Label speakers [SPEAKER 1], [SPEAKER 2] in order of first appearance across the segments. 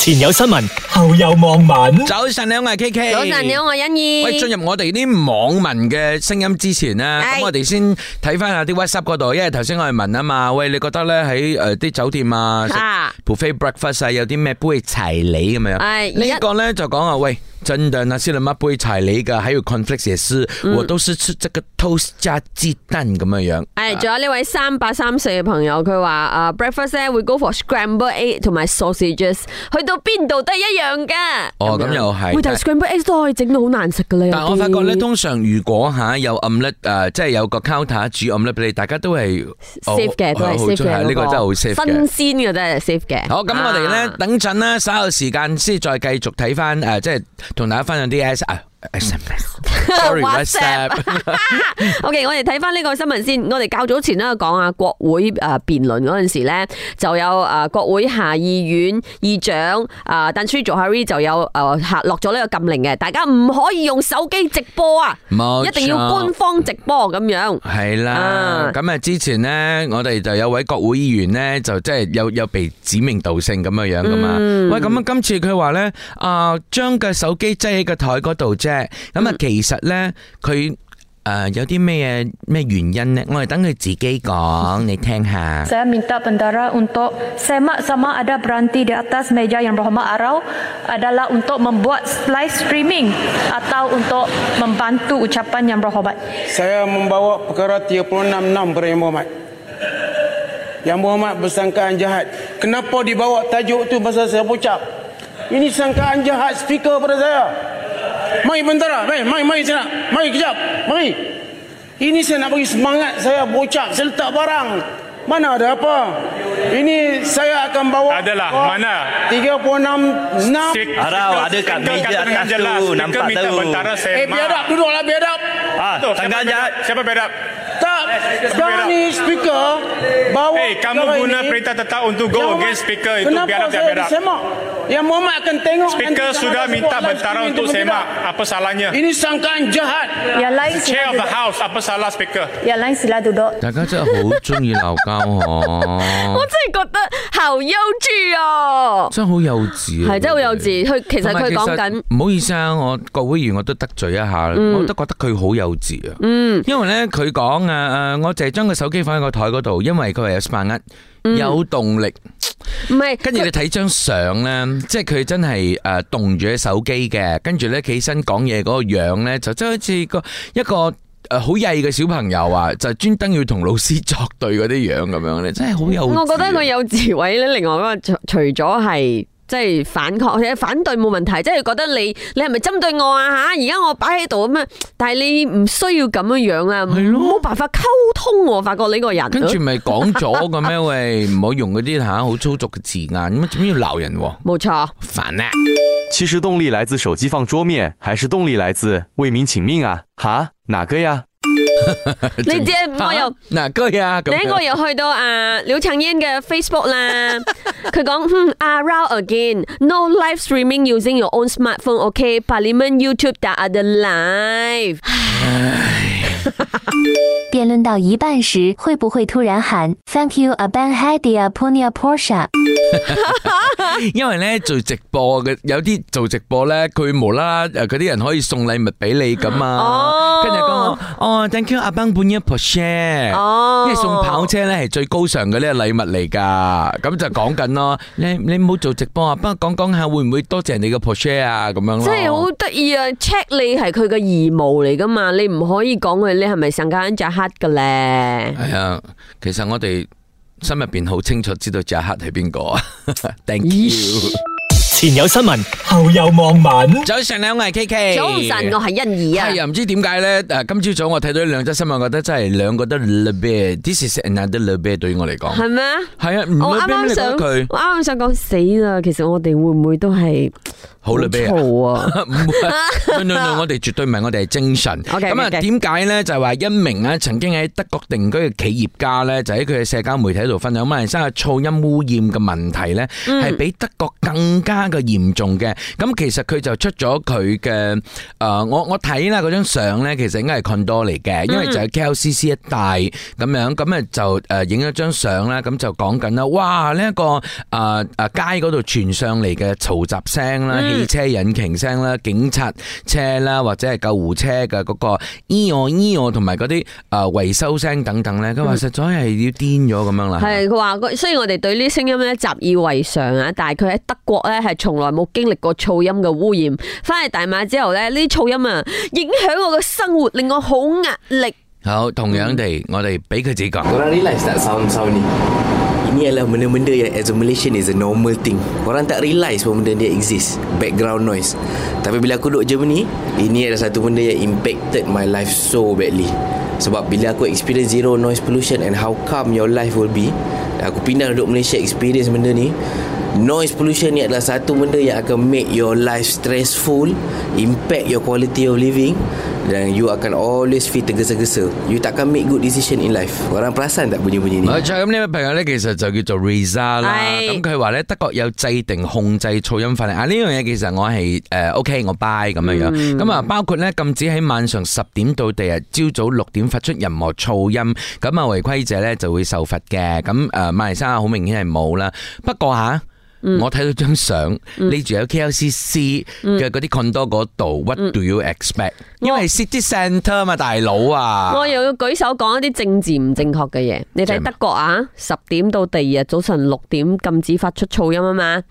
[SPEAKER 1] 前有新聞，後有網民。
[SPEAKER 2] 早晨，你好，我係 K K。
[SPEAKER 3] 早晨，你好，我欣怡。
[SPEAKER 2] 喂，進入我哋啲網民嘅聲音之前咧，咁
[SPEAKER 3] 係
[SPEAKER 2] 我哋先睇翻下啲 WhatsApp 嗰度，因為頭先我哋問啊嘛，喂，你覺得咧喺誒啲酒店啊食
[SPEAKER 3] 啊
[SPEAKER 2] buffet breakfast 啊有啲咩杯齊你咁樣？
[SPEAKER 3] 係而家
[SPEAKER 2] 呢個咧就講啊，喂，真的那些人乜杯齊你㗎，喺個 conflict 也是，
[SPEAKER 3] 嗯
[SPEAKER 2] 我都是吃這個 toast 加雞蛋咁樣樣。
[SPEAKER 3] 系，哎仲有呢位三八三四嘅朋友，佢話啊 breakfast 咧會 go for scramble egg 同埋 sausages，去到邊度都係一樣噶。
[SPEAKER 2] 哦咁又係
[SPEAKER 3] 喂，但係 scramble egg 都可以整到好難食噶啦。有啲
[SPEAKER 2] 但我發覺咧，通常如果嚇有 omelette 誒，即係有個 counter 煮 omelette 俾你，大家都係
[SPEAKER 3] safe 嘅，都係 safe 嘅嗰個。
[SPEAKER 2] 呢個真係哦好 safe 嘅。
[SPEAKER 3] 新鮮嘅都係 safe 嘅。
[SPEAKER 2] 好，咁我哋咧
[SPEAKER 3] 啊
[SPEAKER 2] 等陣啦，稍後時間先再繼續睇翻誒，即係同大家分享啲 S 啊 ，sorry
[SPEAKER 3] WhatsApp
[SPEAKER 2] WhatsApp。
[SPEAKER 3] OK，我哋睇翻呢個新聞先。我哋較早前咧講啊，國會誒辯論嗰陣時咧，就有誒國會下議院議長啊，但 s u j o h a r i 就有誒下落咗呢個禁令嘅，大家唔可以用手機直播啊，哦
[SPEAKER 2] 冇錯
[SPEAKER 3] 一定要官方直播咁樣。
[SPEAKER 2] 系啦
[SPEAKER 3] 啊，
[SPEAKER 2] 咁啊之前呢，我哋就有位國會議員呢，就即係有有被指名道姓咁樣樣噶嘛。喂，咁啊今次佢話呢，啊將個手機擠喺個台嗰度啫。咁啊其實呢，佢诶有啲咩咩原因呢？我哋等佢自己講，你聽下。
[SPEAKER 4] Saya minta bendara untuk semak sama ada beranti di atas meja yang berhormat Arau adalah untuk membuat live streaming atau untuk membantu ucapan yang berhormat.
[SPEAKER 5] Saya membawa perkara 366 Perdana Yang Berhormat. Yang Berhormat bersangkaan jahat. Kenapa dibawa tajuk tu pasal saya pucak? Ini sangkaan jahat speaker pada saya. Mari bentara, mari, mari, mari saya nak. Mari kejap, mari. Ini saya nak bagi semangat saya bocak, saya letak barang. Mana ada apa? Ini saya akan bawa
[SPEAKER 6] Adalah, mana?
[SPEAKER 5] 366 6
[SPEAKER 6] Sik-
[SPEAKER 7] Arau, ada kat
[SPEAKER 6] speaker
[SPEAKER 7] meja
[SPEAKER 6] kata dengan
[SPEAKER 7] atas
[SPEAKER 6] jelas.
[SPEAKER 7] tu,
[SPEAKER 6] Speaker
[SPEAKER 7] nampak
[SPEAKER 6] minta
[SPEAKER 7] tu.
[SPEAKER 6] bentara semak.
[SPEAKER 5] Eh biadab, duduklah biadab
[SPEAKER 7] Ah,
[SPEAKER 6] Betul,
[SPEAKER 7] tangan
[SPEAKER 6] siapa
[SPEAKER 7] jahat.
[SPEAKER 6] bedak- Siapa bedak?
[SPEAKER 5] Tak, sekarang
[SPEAKER 6] Eh, berak.
[SPEAKER 5] ni speaker bawa
[SPEAKER 6] Eh, kamu
[SPEAKER 5] perkara
[SPEAKER 6] guna
[SPEAKER 5] Oh, ini.
[SPEAKER 6] perintah tetap untuk
[SPEAKER 5] Yang
[SPEAKER 6] go
[SPEAKER 5] Muhammad,
[SPEAKER 6] against speaker itu
[SPEAKER 5] Kenapa
[SPEAKER 6] biadab tak
[SPEAKER 5] saya
[SPEAKER 6] biadab.
[SPEAKER 5] disemak? Yang Muhammad akan tengok
[SPEAKER 6] Speaker
[SPEAKER 5] nanti
[SPEAKER 6] sudah
[SPEAKER 5] jangan
[SPEAKER 6] minta
[SPEAKER 5] sebut
[SPEAKER 6] bentara
[SPEAKER 5] live
[SPEAKER 6] untuk
[SPEAKER 5] streaming itu
[SPEAKER 6] semak.
[SPEAKER 5] berbidak.
[SPEAKER 6] Apa salahnya?
[SPEAKER 5] Ini sangkaan jahat.
[SPEAKER 4] Yang lain sila
[SPEAKER 6] Chair of the
[SPEAKER 4] duduk.
[SPEAKER 6] House, apa salah speaker?
[SPEAKER 4] Yang lain sila duduk.
[SPEAKER 2] 大家真係好中意鬧交
[SPEAKER 3] 我
[SPEAKER 2] 嗬，
[SPEAKER 3] 真係覺得好幼稚啊！
[SPEAKER 2] 真係好幼稚啊。
[SPEAKER 3] 係真係好幼稚。佢其
[SPEAKER 2] 同
[SPEAKER 3] 實
[SPEAKER 2] 埋
[SPEAKER 3] 佢講緊
[SPEAKER 2] 實。唔好意思啊，我國會議員我都得罪一下，我都覺得佢好幼稚啊。嗯，因為咧佢講啊，誒我就係將個手機放喺個台嗰度，因為佢係有 s p a 有動力。
[SPEAKER 3] 唔係，
[SPEAKER 2] 跟住你睇張相咧，即係佢真係誒動住隻手機嘅，跟住咧企身講嘢嗰個樣咧，就真係好似個一個。誒好曳嘅小朋友啊，就專登要同老師作對嗰啲樣咁樣咧，真係好幼稚啊。
[SPEAKER 3] 我覺得佢有智慧咧，另外嗰個除除咗係。即係反抗，或者反對冇問題。即係覺得你你係咪針對我啊嚇？而家我擺喺度咁樣，但係你唔需要咁樣樣啊，
[SPEAKER 2] 係咯
[SPEAKER 3] 冇辦法溝通喎。發覺呢個人，
[SPEAKER 2] 跟住咪講咗嘅咩？喂，唔好用嗰啲吓好粗俗嘅字眼，咁做咩要鬧人喎？
[SPEAKER 3] 冇錯。
[SPEAKER 2] 煩啊！
[SPEAKER 7] 其实动力来自手机放桌面，还是动力来自为民请命啊？哈，哪个呀？
[SPEAKER 3] 你知我又
[SPEAKER 2] 嗱居啊咁
[SPEAKER 3] 另一個
[SPEAKER 2] 樣，
[SPEAKER 3] 又去到啊廖卓英嘅 Facebook 啦， 佢講嗯 around again no live streaming using your own smartphone OK Parliament YouTube that are the live。
[SPEAKER 8] 辩论到一半时，会不会突然喊 “Thank you, Abanhadia Punya Porsche”？
[SPEAKER 2] 因為咧做直播嘅有啲做直播咧，佢無啦啦誒嗰啲人可以送禮物俾你咁嘛
[SPEAKER 3] 哦，
[SPEAKER 2] 跟住講哦，thank "Ờ, you 阿邦半一 p e r c e
[SPEAKER 3] 哦
[SPEAKER 2] 因為送跑車咧係最高尚嘅呢個禮物嚟㗎，咁就講緊咯。你你唔好做直播啊，不過講講下會唔會多謝你嘅 p e r c e 啊咁樣咯。
[SPEAKER 3] 真係好得意啊！check 你係佢嘅義務嚟噶嘛，你唔可以講佢你係咪上緊扎黑嘅咧？
[SPEAKER 2] 系啊，其實我哋心入边好清楚知道扎克係邊個啊 ，thank you。
[SPEAKER 1] 前有新聞，後有網民。
[SPEAKER 2] 早晨啊你好，我係 K K。
[SPEAKER 3] 早晨，我係欣怡啊。
[SPEAKER 2] 係啊，唔知點解咧？誒，今朝早我睇到呢兩則新聞，我覺得真係兩個都 le bit，this is another le bit 對於我嚟講。
[SPEAKER 3] 係咩？
[SPEAKER 2] 係啊，唔
[SPEAKER 3] 我
[SPEAKER 2] le
[SPEAKER 3] 啱
[SPEAKER 2] bit
[SPEAKER 3] 啱
[SPEAKER 2] 你覺
[SPEAKER 3] 想，
[SPEAKER 2] 得
[SPEAKER 3] 我
[SPEAKER 2] 佢
[SPEAKER 3] 啱啱想講死啦！其實我哋會唔會都係
[SPEAKER 2] 好啦，俾人
[SPEAKER 3] 嘈啊！
[SPEAKER 2] 唔係 no no no，我哋絕對唔係，我哋係精神。
[SPEAKER 3] OK，
[SPEAKER 2] 咁啊，
[SPEAKER 3] OK
[SPEAKER 2] 點解呢？就係話一名啊，曾經喺德國定居嘅企業家呢，就喺佢嘅社交媒體度分享啊馬來西亞噪音污染嘅問題呢，係比德國更加嘅嚴重嘅。咁其實佢就出咗佢嘅誒，呃我我睇啦嗰張相呢，其實應該係 condo 嚟嘅，因為就喺 KLCC 一帶。咁樣咁啊就誒影咗張相啦，咁就講緊啦，哇呢一、個誒誒、呃呃街嗰度傳上嚟嘅嘈雜聲啦、汽車引擎聲啦、警察車啦或者係救護車嘅嗰個咿哦咿哦同埋嗰啲誒維修聲等等咧，佢話實在係要癲咗咁樣啦。
[SPEAKER 3] 系佢話佢雖然我哋對呢啲聲音咧習以為常啊，但係佢喺德國咧係從來冇經歷過噪音嘅污染。翻嚟大馬之後咧，呢啲噪音啊影響我嘅生活，令我好壓力。
[SPEAKER 2] 好，同樣地，我哋俾佢自己講。
[SPEAKER 6] Korang realise tak sound-sound ni? Ini adalah benda-benda yang as a Malaysian is a normal thing. Korang tak realise pun benda ni exist. Background noise. Tapi bila aku duduk Germany, ini adalah satu benda yang impacted my life so badly. Sebab bila aku experience zero noise pollution and how calm your life will be, dan aku pindah duduk Malaysia experience benda ni, noise pollution ni adalah satu benda yang akan make your life stressful, impact your quality of living dan you akan always feel tergesa-gesa. You takkan make good decision in life. Orang perasan tak bunyi-bunyi ni?
[SPEAKER 2] 冇錯，咁呢位朋友咧，其實就叫做 Reza 啦。
[SPEAKER 3] 係
[SPEAKER 2] 咁佢話咧，德國有制定控制噪音法例啊。呢樣嘢其實我係诶 OK，我 buy 咁樣樣。咁啊，包括咧禁止喺晚上十點到第日朝早六點發出任何噪音，咁啊違規者咧就會受罰嘅。咁诶，呃馬來西亞好明顯係冇啦。不過吓。我睇到張相，你住喺 KLCC 嘅嗰啲 condo 嗰度，What do you expect？因為 city centre 嘛，大佬啊！
[SPEAKER 3] 我又要舉手講一啲政治唔正確嘅嘢。你
[SPEAKER 2] 即係
[SPEAKER 3] 睇
[SPEAKER 2] 咩
[SPEAKER 3] 德國啊，十點到第二日早晨六點禁止發出噪音啊嘛。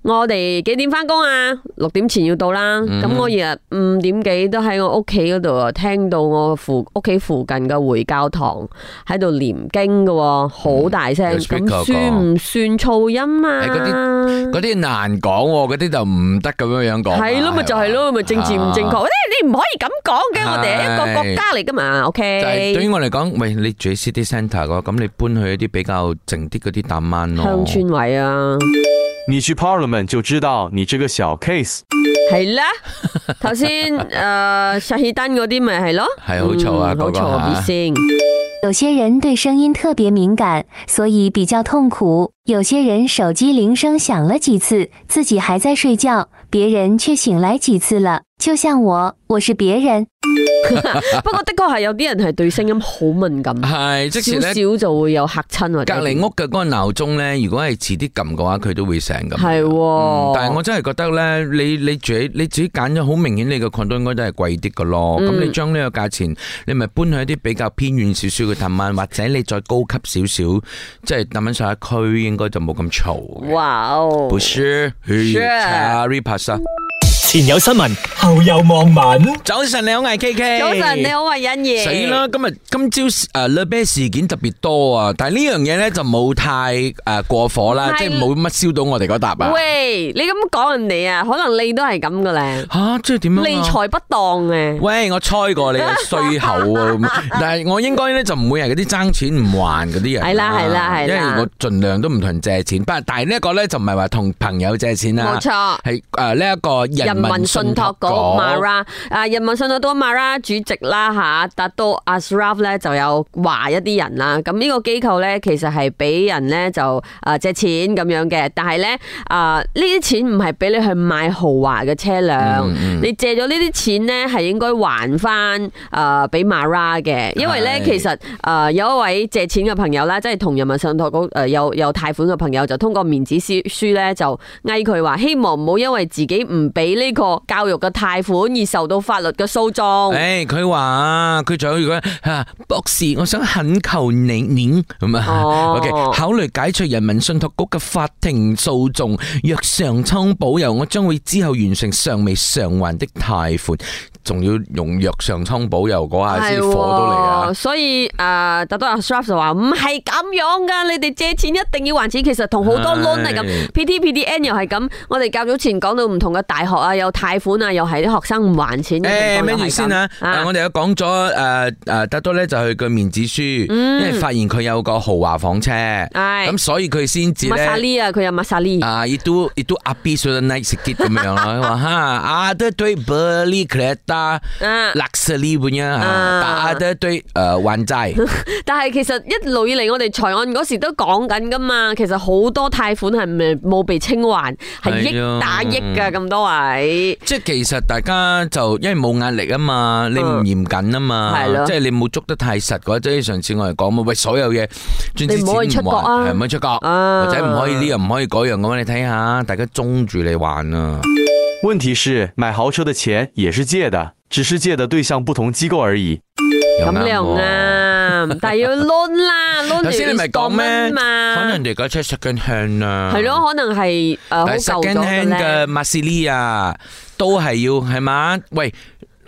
[SPEAKER 3] 我哋幾點翻工啊？六點前要到啦。咁、我日日五點幾都喺我屋企嗰度啊，聽到我附屋企附近嘅回教堂喺度念經嘅喎，好大聲。
[SPEAKER 2] 有 speaker
[SPEAKER 3] 咁算唔算噪音
[SPEAKER 2] 係嗰
[SPEAKER 3] 啊？
[SPEAKER 2] 嗰啲難講喎，嗰啲就唔得咁樣樣講嘛。
[SPEAKER 3] 係咯，咪就係咯，咪政治唔正確。
[SPEAKER 2] 啊。
[SPEAKER 3] 誒你唔可以咁講嘅，我哋係一個國
[SPEAKER 2] 係
[SPEAKER 3] 家嚟噶嘛。
[SPEAKER 2] 就
[SPEAKER 3] OK，
[SPEAKER 2] 係對於我嚟講，喂，你住喺 city centre 嘅話，咁你搬去一啲比較靜啲嗰啲淡灣咯。
[SPEAKER 3] 鄉村位啊。
[SPEAKER 7] 你去 Parliament 就知道你这个小 case。
[SPEAKER 3] 系啦，头先诶沙希丹嗰啲咪系咯，
[SPEAKER 2] 係好嘈啊
[SPEAKER 3] 嗯好
[SPEAKER 2] 嗰個
[SPEAKER 3] 嘈啊
[SPEAKER 2] 嚇
[SPEAKER 3] 啲聲。
[SPEAKER 8] 有些人对声音特别敏感，所以比较痛苦。有些人手机铃声响了几次，自己还在睡觉，别人却醒来几次了。就像我，我是别人。
[SPEAKER 3] 不過的確係有啲人係對聲音好敏感，
[SPEAKER 2] 係即時
[SPEAKER 3] 少
[SPEAKER 2] 咧，
[SPEAKER 3] 少就會有嚇親或
[SPEAKER 2] 隔
[SPEAKER 3] 者
[SPEAKER 2] 離屋嘅嗰個鬧鐘咧，如果係遲啲撳嘅話，佢都會醒咁。
[SPEAKER 3] 係喎
[SPEAKER 2] 嗯但係我真係覺得咧，你你住喺你自己揀咗，好明顯你個 condo 應該都係貴啲嘅咯。
[SPEAKER 3] 嗯
[SPEAKER 2] 咁、你將呢個價錢，你咪搬去一啲比較偏遠少少嘅淡灣，或者你再高級少少，即係淡灣上一區，應該就冇咁嘈嘅。
[SPEAKER 3] 哇哦，
[SPEAKER 2] 不是，
[SPEAKER 3] 是
[SPEAKER 2] 是查理帕薩。
[SPEAKER 1] 前有新聞，後有網民。
[SPEAKER 2] 早晨，你好，危 K K。
[SPEAKER 3] 早晨你。好啊，欣怡，
[SPEAKER 2] 死啦！今日今朝誒 l e b 事件特別多啊，但係呢樣嘢咧就冇太誒過火啦，
[SPEAKER 3] 係
[SPEAKER 2] 即係冇乜燒到我哋嗰笪啊。
[SPEAKER 3] 喂，你咁講人哋啊，可能你都係咁嘅咧，
[SPEAKER 2] 嚇，即係點樣啊
[SPEAKER 3] 理財不當嘅。
[SPEAKER 2] 喂，我猜過 你嘅衰口啊！咁但係我應該咧就唔會係嗰啲爭錢唔還嗰啲人啊。
[SPEAKER 3] 係啦係啦係啦
[SPEAKER 2] 因為我盡量都唔同人借錢，不過但係呢一個咧就唔係話同朋友借錢啦，
[SPEAKER 3] 冇錯
[SPEAKER 2] 係誒呢一個
[SPEAKER 3] 人
[SPEAKER 2] 人
[SPEAKER 3] 民
[SPEAKER 2] 民
[SPEAKER 3] 信
[SPEAKER 2] 信
[SPEAKER 3] 託
[SPEAKER 2] 託
[SPEAKER 3] 局 Mara 啊，人民信託局 Mara 主席啦吓，達到 Asraf 咧就有話一啲人啦，咁呢個機構咧其實係俾人咧就啊借錢咁樣嘅，但係咧啊呢啲錢唔係俾你去買豪華嘅車輛，你借咗呢啲錢咧係應該還翻啊俾 Mara 嘅，因為咧
[SPEAKER 2] 係
[SPEAKER 3] 其實。誒、呃有一位借錢嘅朋友啦，即係同人民信託局誒呃有有貸款嘅朋友，就通過面子書書咧就嗌佢話，希望唔好因為自己唔俾呢個教育嘅貸款而受到法律嘅訴訟。
[SPEAKER 2] 诶，哎佢話佢仲有如果啊博士，我想懇求你您咁啊、
[SPEAKER 3] 哦
[SPEAKER 2] o k 考慮解除人民信託局嘅法庭訴訟，若上苍保佑，我將會之後完成尚未償還的貸款，仲要用若上苍保佑嗰下先火到嚟啊
[SPEAKER 3] 係喎！所以誒，達到阿 s h r a f 就話唔係咁樣噶，你哋借錢一定要還錢。其實同好多 loan 係咁
[SPEAKER 2] 係
[SPEAKER 3] ，PTPTN 又係咁。我哋較早前講到唔同嘅大學啊，啊，又貸款啊，又係啲學生唔還錢嘅
[SPEAKER 2] 诶，
[SPEAKER 3] 情況
[SPEAKER 2] 咩
[SPEAKER 3] 又
[SPEAKER 2] 住
[SPEAKER 3] 係
[SPEAKER 2] 先
[SPEAKER 3] 咁
[SPEAKER 2] 啊？誒我哋有講咗诶诶，得多咧就去佢面子書，因為發現佢有個豪華房車，咁所以佢先至
[SPEAKER 3] 馬薩
[SPEAKER 2] 咧。
[SPEAKER 3] 利啊，佢有馬薩利。
[SPEAKER 2] 啊！亦都亦都 up 啲 n i g h t sedikit 咁樣啦，話哈，ada dua beli kereta
[SPEAKER 3] 啊
[SPEAKER 2] luxury punya，
[SPEAKER 3] 啊
[SPEAKER 2] ada uh, dua 誒還債，
[SPEAKER 3] 但係其實一路以嚟，我哋財案嗰時都講緊噶嘛，其實好多貸款係咪冇被清還，係
[SPEAKER 2] 係啊
[SPEAKER 3] 億打億噶咁多位。
[SPEAKER 2] 即係其實大家就因為冇壓力啊嘛，你唔
[SPEAKER 3] 嗯
[SPEAKER 2] 嚴謹啊嘛
[SPEAKER 3] 係，咯
[SPEAKER 2] 即係你冇捉得太實嘅，即係上次我哋講嘛，喂所有嘢，總之
[SPEAKER 3] 你唔好去
[SPEAKER 2] 錢
[SPEAKER 3] 出國啊
[SPEAKER 2] 還係唔可以出國。
[SPEAKER 3] 啊
[SPEAKER 2] 或者唔可以呢樣唔可以嗰樣咁啊！你睇下，大家中住你玩啊！
[SPEAKER 7] 问题是买豪车的钱也是借的，只是借的对象不同机构而已。
[SPEAKER 2] 又
[SPEAKER 3] 咁你
[SPEAKER 2] 啱
[SPEAKER 3] 又
[SPEAKER 2] 喎。
[SPEAKER 3] 啱， 但係要 loan 啦，loan
[SPEAKER 2] 頭先你咪講
[SPEAKER 3] 講
[SPEAKER 2] 咩？
[SPEAKER 3] 嘛，
[SPEAKER 2] 可能人哋嗰車 second hand 啊，
[SPEAKER 3] 係咯，可能係诶好
[SPEAKER 2] 但係
[SPEAKER 3] 舊咗
[SPEAKER 2] second
[SPEAKER 3] 嘅
[SPEAKER 2] hand 嘅
[SPEAKER 3] 咧。
[SPEAKER 2] m a s i l i 啊，都係要係嘛？喂，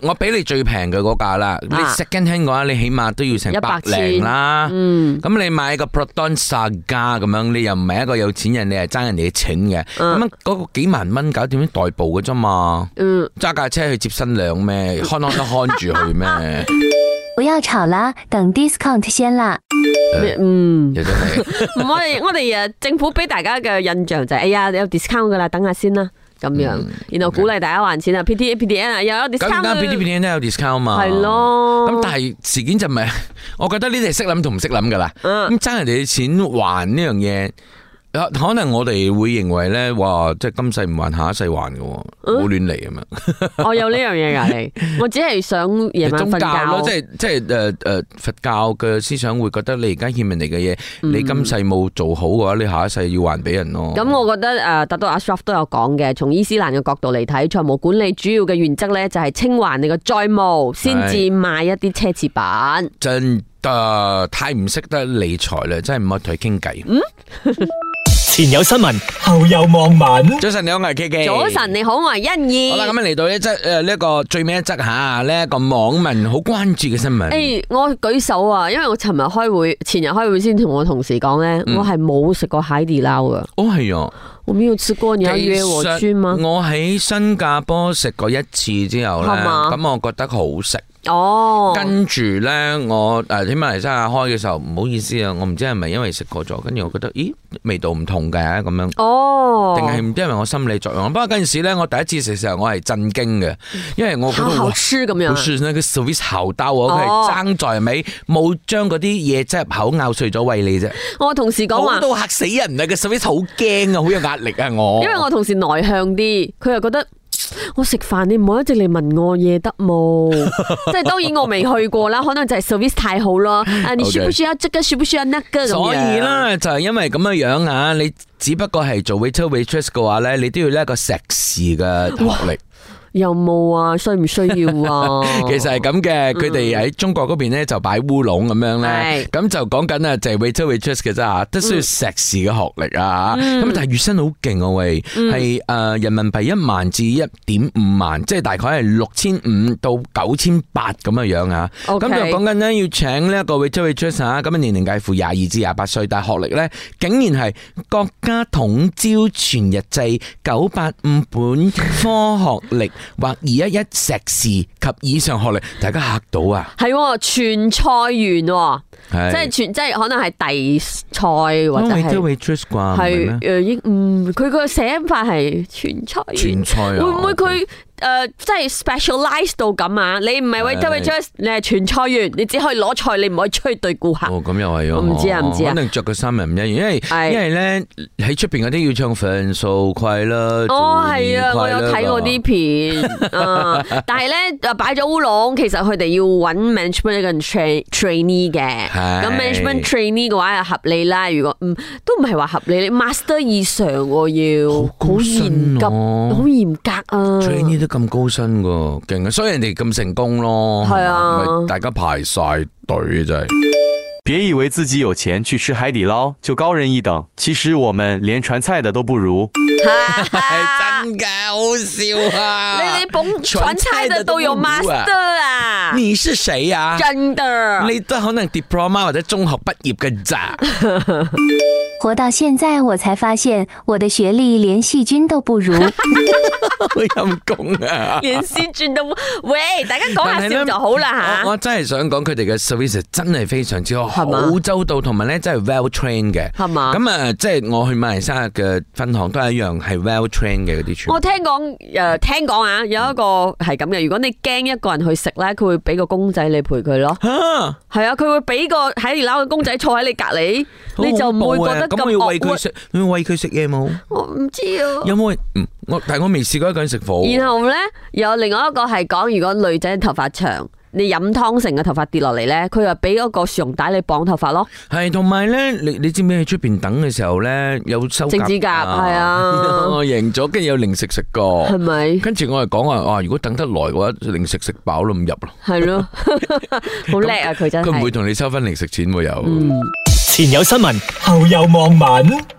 [SPEAKER 2] 我俾你最平嘅嗰價啦，你
[SPEAKER 3] 啊
[SPEAKER 2] second hand 嘅話，你起碼都要成
[SPEAKER 3] 一
[SPEAKER 2] 百
[SPEAKER 3] 百
[SPEAKER 2] 零啦。
[SPEAKER 3] 嗯，
[SPEAKER 2] 咁你買個 Proton Saga 咁樣，你又唔係一個有錢人，你係爭人哋嘅錢嘅，咁
[SPEAKER 3] 嗯
[SPEAKER 2] 樣嗰個幾萬蚊搞掂啲代步嘅啫嘛。
[SPEAKER 3] 嗯，
[SPEAKER 2] 揸架車去接新娘咩？看看都看住佢咩？
[SPEAKER 8] 不要吵啦，等 discount 先啦。
[SPEAKER 2] 誒
[SPEAKER 3] 嗯，
[SPEAKER 2] 又真係
[SPEAKER 3] 我哋 我哋诶，政府俾大家嘅印象就係，哎呀，有 discount 噶啦，等下先啦，咁樣，然後鼓勵大家還錢啊，PTA PDN 啊，又有
[SPEAKER 2] 咁而
[SPEAKER 3] discount
[SPEAKER 2] 家 B T B
[SPEAKER 3] 㗎
[SPEAKER 2] T 都有 discount 嘛？
[SPEAKER 3] 係。咯。
[SPEAKER 2] 咁但係 事件就咪，我覺得呢啲係識諗同唔識諗噶啦。
[SPEAKER 3] 嗯
[SPEAKER 2] 咁爭人哋嘅錢還呢樣嘢。啊可能我哋會認為咧，哇！即係今世唔還，下一世還嘅喎，
[SPEAKER 3] 啊
[SPEAKER 2] 唔好亂嚟咁樣。
[SPEAKER 3] 我有呢樣嘢㗎，你，我只係想夜晚
[SPEAKER 2] 宗
[SPEAKER 3] 瞓
[SPEAKER 2] 教咯，即
[SPEAKER 3] 覺。
[SPEAKER 2] 係即係誒誒佛教嘅思想會覺得你而家欠人哋嘅嘢，你今世冇做好嘅話，你下一世要還俾人咯。
[SPEAKER 3] 嗯咁我覺得誒，達到阿 s h r a f 都有講嘅，從伊斯蘭嘅角度嚟睇，財務管理主要嘅原則咧就係清還你嘅債務，先至買一啲奢侈品。
[SPEAKER 2] 真得太唔識得理財啦，真係唔好同佢傾偈。
[SPEAKER 3] 嗯
[SPEAKER 1] 前有新聞，後有網民。
[SPEAKER 2] 早晨你好，我係 K K。
[SPEAKER 3] 早晨，。你好，我係欣怡。
[SPEAKER 2] 好啦，咁啊嚟到呢則诶呢一個最尾一則吓，呢一個網民好關注嘅新聞。
[SPEAKER 3] 诶、我舉手啊，因為我尋日開會，前日開會先同我同事講咧，
[SPEAKER 2] 嗯
[SPEAKER 3] 我係冇食過海底撈噶，
[SPEAKER 2] 哦係啊，
[SPEAKER 3] 我沒有吃過，你要約我
[SPEAKER 2] 其
[SPEAKER 3] 去
[SPEAKER 2] 實
[SPEAKER 3] 嗎？
[SPEAKER 2] 我喺新加坡食過一次之後咧，
[SPEAKER 3] 係嘛
[SPEAKER 2] 咁我覺得好食。
[SPEAKER 3] 哦，
[SPEAKER 2] 跟住咧，我呃誒喺馬來西亞開嘅時候，唔好意思啊，我唔知係咪因為食過咗，跟住我覺得，咦，味道唔同嘅咁樣。
[SPEAKER 3] 哦，
[SPEAKER 2] 定係唔知係咪我心理作用？不過嗰陣時咧，我第一次食嘅時候，我係震驚嘅，因為我覺
[SPEAKER 3] 好
[SPEAKER 2] 得
[SPEAKER 3] 好
[SPEAKER 2] 哇，
[SPEAKER 3] 吃咁樣
[SPEAKER 2] 好
[SPEAKER 3] 啊。
[SPEAKER 2] 算啦，個 service 姣兜啊，佢
[SPEAKER 3] 哦
[SPEAKER 2] 係爭在尾，冇將嗰啲嘢擠入口咬碎咗喂你啫，
[SPEAKER 3] 我同事講話
[SPEAKER 2] 好。到嚇死人啊！個 service 好驚啊，好有壓力啊我。
[SPEAKER 3] 因為我同事內向啲，佢又覺得。我食飯你唔好一直嚟問我嘢得 冇，即係當然我未去過啦，可能就係 service 太好咯。啊，你
[SPEAKER 2] OK
[SPEAKER 3] 需不需要這個？需不需要那個？咁樣
[SPEAKER 2] 所以，啦，就係因為咁嘅樣啊，你只不過係做 waiter waitress 嘅話咧，你都要呢一個碩士嘅學歷。？
[SPEAKER 3] 有冇啊？需唔需要啊
[SPEAKER 2] 其實係咁嘅，佢哋喺中國嗰邊咧就擺烏龍咁樣咧
[SPEAKER 3] 係，
[SPEAKER 2] 咁就講緊啊，就係 waiter waitress 嘅啫嚇，都需要碩士嘅學歷啊咁但係月薪好勁啊喂，係誒人民幣一萬至一點五萬，即係大概係六千五到九千八咁嘅樣啊。咁
[SPEAKER 3] OK
[SPEAKER 2] 就講緊咧要請呢一個 waiter waitress 啊，咁啊年齡介乎廿二至廿八歲，但係學歷咧竟然係國家統招全日制九八五本科學歷或二一一碩士及以上學歷，大家嚇到啊！
[SPEAKER 3] 係喎全菜園喎，即係全即係可能係遞菜或者
[SPEAKER 2] waiter
[SPEAKER 3] 係
[SPEAKER 2] waitress 啩，唔係咩
[SPEAKER 3] 係誒英嗯，佢個寫法係全菜園
[SPEAKER 2] 全。菜啊？
[SPEAKER 3] 會唔會佢誒即係 specialize 到咁啊？你唔係 waiter
[SPEAKER 2] 係
[SPEAKER 3] waitress，你係全菜員，你只可以攞菜，你唔可以吹對顧客。
[SPEAKER 2] 哦，咁又係喎，
[SPEAKER 3] 我唔知啊唔知啊
[SPEAKER 2] 可能着嘅衫又唔一樣，因為
[SPEAKER 3] 係
[SPEAKER 2] 因為咧喺出邊嗰啲要唱份數快啦，
[SPEAKER 3] 哦，係啊，
[SPEAKER 2] 做
[SPEAKER 3] 我
[SPEAKER 2] 年
[SPEAKER 3] 有
[SPEAKER 2] 快樂
[SPEAKER 3] 睇過啲 片啊，但係咧誒擺咗烏龍，其實佢哋要揾 management 一個 train trainee 嘅，
[SPEAKER 2] 係
[SPEAKER 3] 咁 management trainee 嘅話係合理啦。如果嗯都唔係話合理，你 master 以上喎要
[SPEAKER 2] 好高
[SPEAKER 3] 好
[SPEAKER 2] 薪
[SPEAKER 3] 嚴格，
[SPEAKER 2] 哦
[SPEAKER 3] 好嚴格啊。
[SPEAKER 2] trainee 都咁高薪噶，勁啊！所以人哋咁成功咯，
[SPEAKER 3] 係啊
[SPEAKER 2] 係嘛咪大家排晒隊真係。
[SPEAKER 7] 别以为自己有钱去吃海底捞就高人一等，其实我们连传菜的都不如。
[SPEAKER 2] 係真噶，好笑啊！
[SPEAKER 3] 你你捧
[SPEAKER 2] 傳
[SPEAKER 3] 傳
[SPEAKER 2] 差
[SPEAKER 3] 差
[SPEAKER 2] 得
[SPEAKER 3] 的
[SPEAKER 2] 都
[SPEAKER 3] 都有
[SPEAKER 2] 不如啊
[SPEAKER 3] master 啊，
[SPEAKER 2] 你是誰啊？
[SPEAKER 3] 真的。
[SPEAKER 2] 你都可能 diploma 或者中學畢業嘅咋？
[SPEAKER 8] 活到现在我才发现我的学历连细菌都不如。
[SPEAKER 2] 阴公啊！
[SPEAKER 3] 连先轉都冇，喂，大家講下
[SPEAKER 2] 但係呢
[SPEAKER 3] 笑就好啦
[SPEAKER 2] 我
[SPEAKER 3] 吓。
[SPEAKER 2] 我真係想講佢哋嘅 service 真係非常之好，
[SPEAKER 3] 係嘛
[SPEAKER 2] 好周到，同埋咧真係 well trained 嘅。
[SPEAKER 3] 係嘛
[SPEAKER 2] 咁啊，即係我去馬來西亞嘅分行都係一樣係 well trained 嘅嗰啲全部
[SPEAKER 3] 我。聽講诶、呃，听讲啊，有一個係咁嘅，如果你驚一個人去食咧，佢會俾個公仔你陪佢咯。
[SPEAKER 2] 啊
[SPEAKER 3] 係啊，佢會俾個喺條嘅公仔坐喺你隔離，
[SPEAKER 2] 好
[SPEAKER 3] 你就唔
[SPEAKER 2] 恐
[SPEAKER 3] 會
[SPEAKER 2] 怖啊
[SPEAKER 3] 覺得
[SPEAKER 2] 咁我要喂
[SPEAKER 3] 咁
[SPEAKER 2] 佢
[SPEAKER 3] 惡。
[SPEAKER 2] 食，要喂佢食嘢冇？
[SPEAKER 3] 我唔知啊。
[SPEAKER 2] 有冇？嗯，我但係我未試過一個人食火鍋。
[SPEAKER 3] 然後咧，有另外一個係講，如果女仔嘅頭髮長，你飲湯成嘅頭髮跌落嚟咧，佢又俾嗰個樹絨帶你綁頭髮咯。
[SPEAKER 2] 系，同埋咧，你你知唔知喺出边等嘅時候咧，有收
[SPEAKER 3] 整指甲係 啊
[SPEAKER 2] 我贏咗，跟住有零食食過，
[SPEAKER 3] 係咪
[SPEAKER 2] 跟住我係講話，哇，如果等得耐嘅話，零食食飽咯，唔入咯，
[SPEAKER 3] 係咯， 好叻啊！佢真係。嗯
[SPEAKER 2] 佢唔會同你收翻零食錢喎又。
[SPEAKER 1] 前有新聞，後有網民。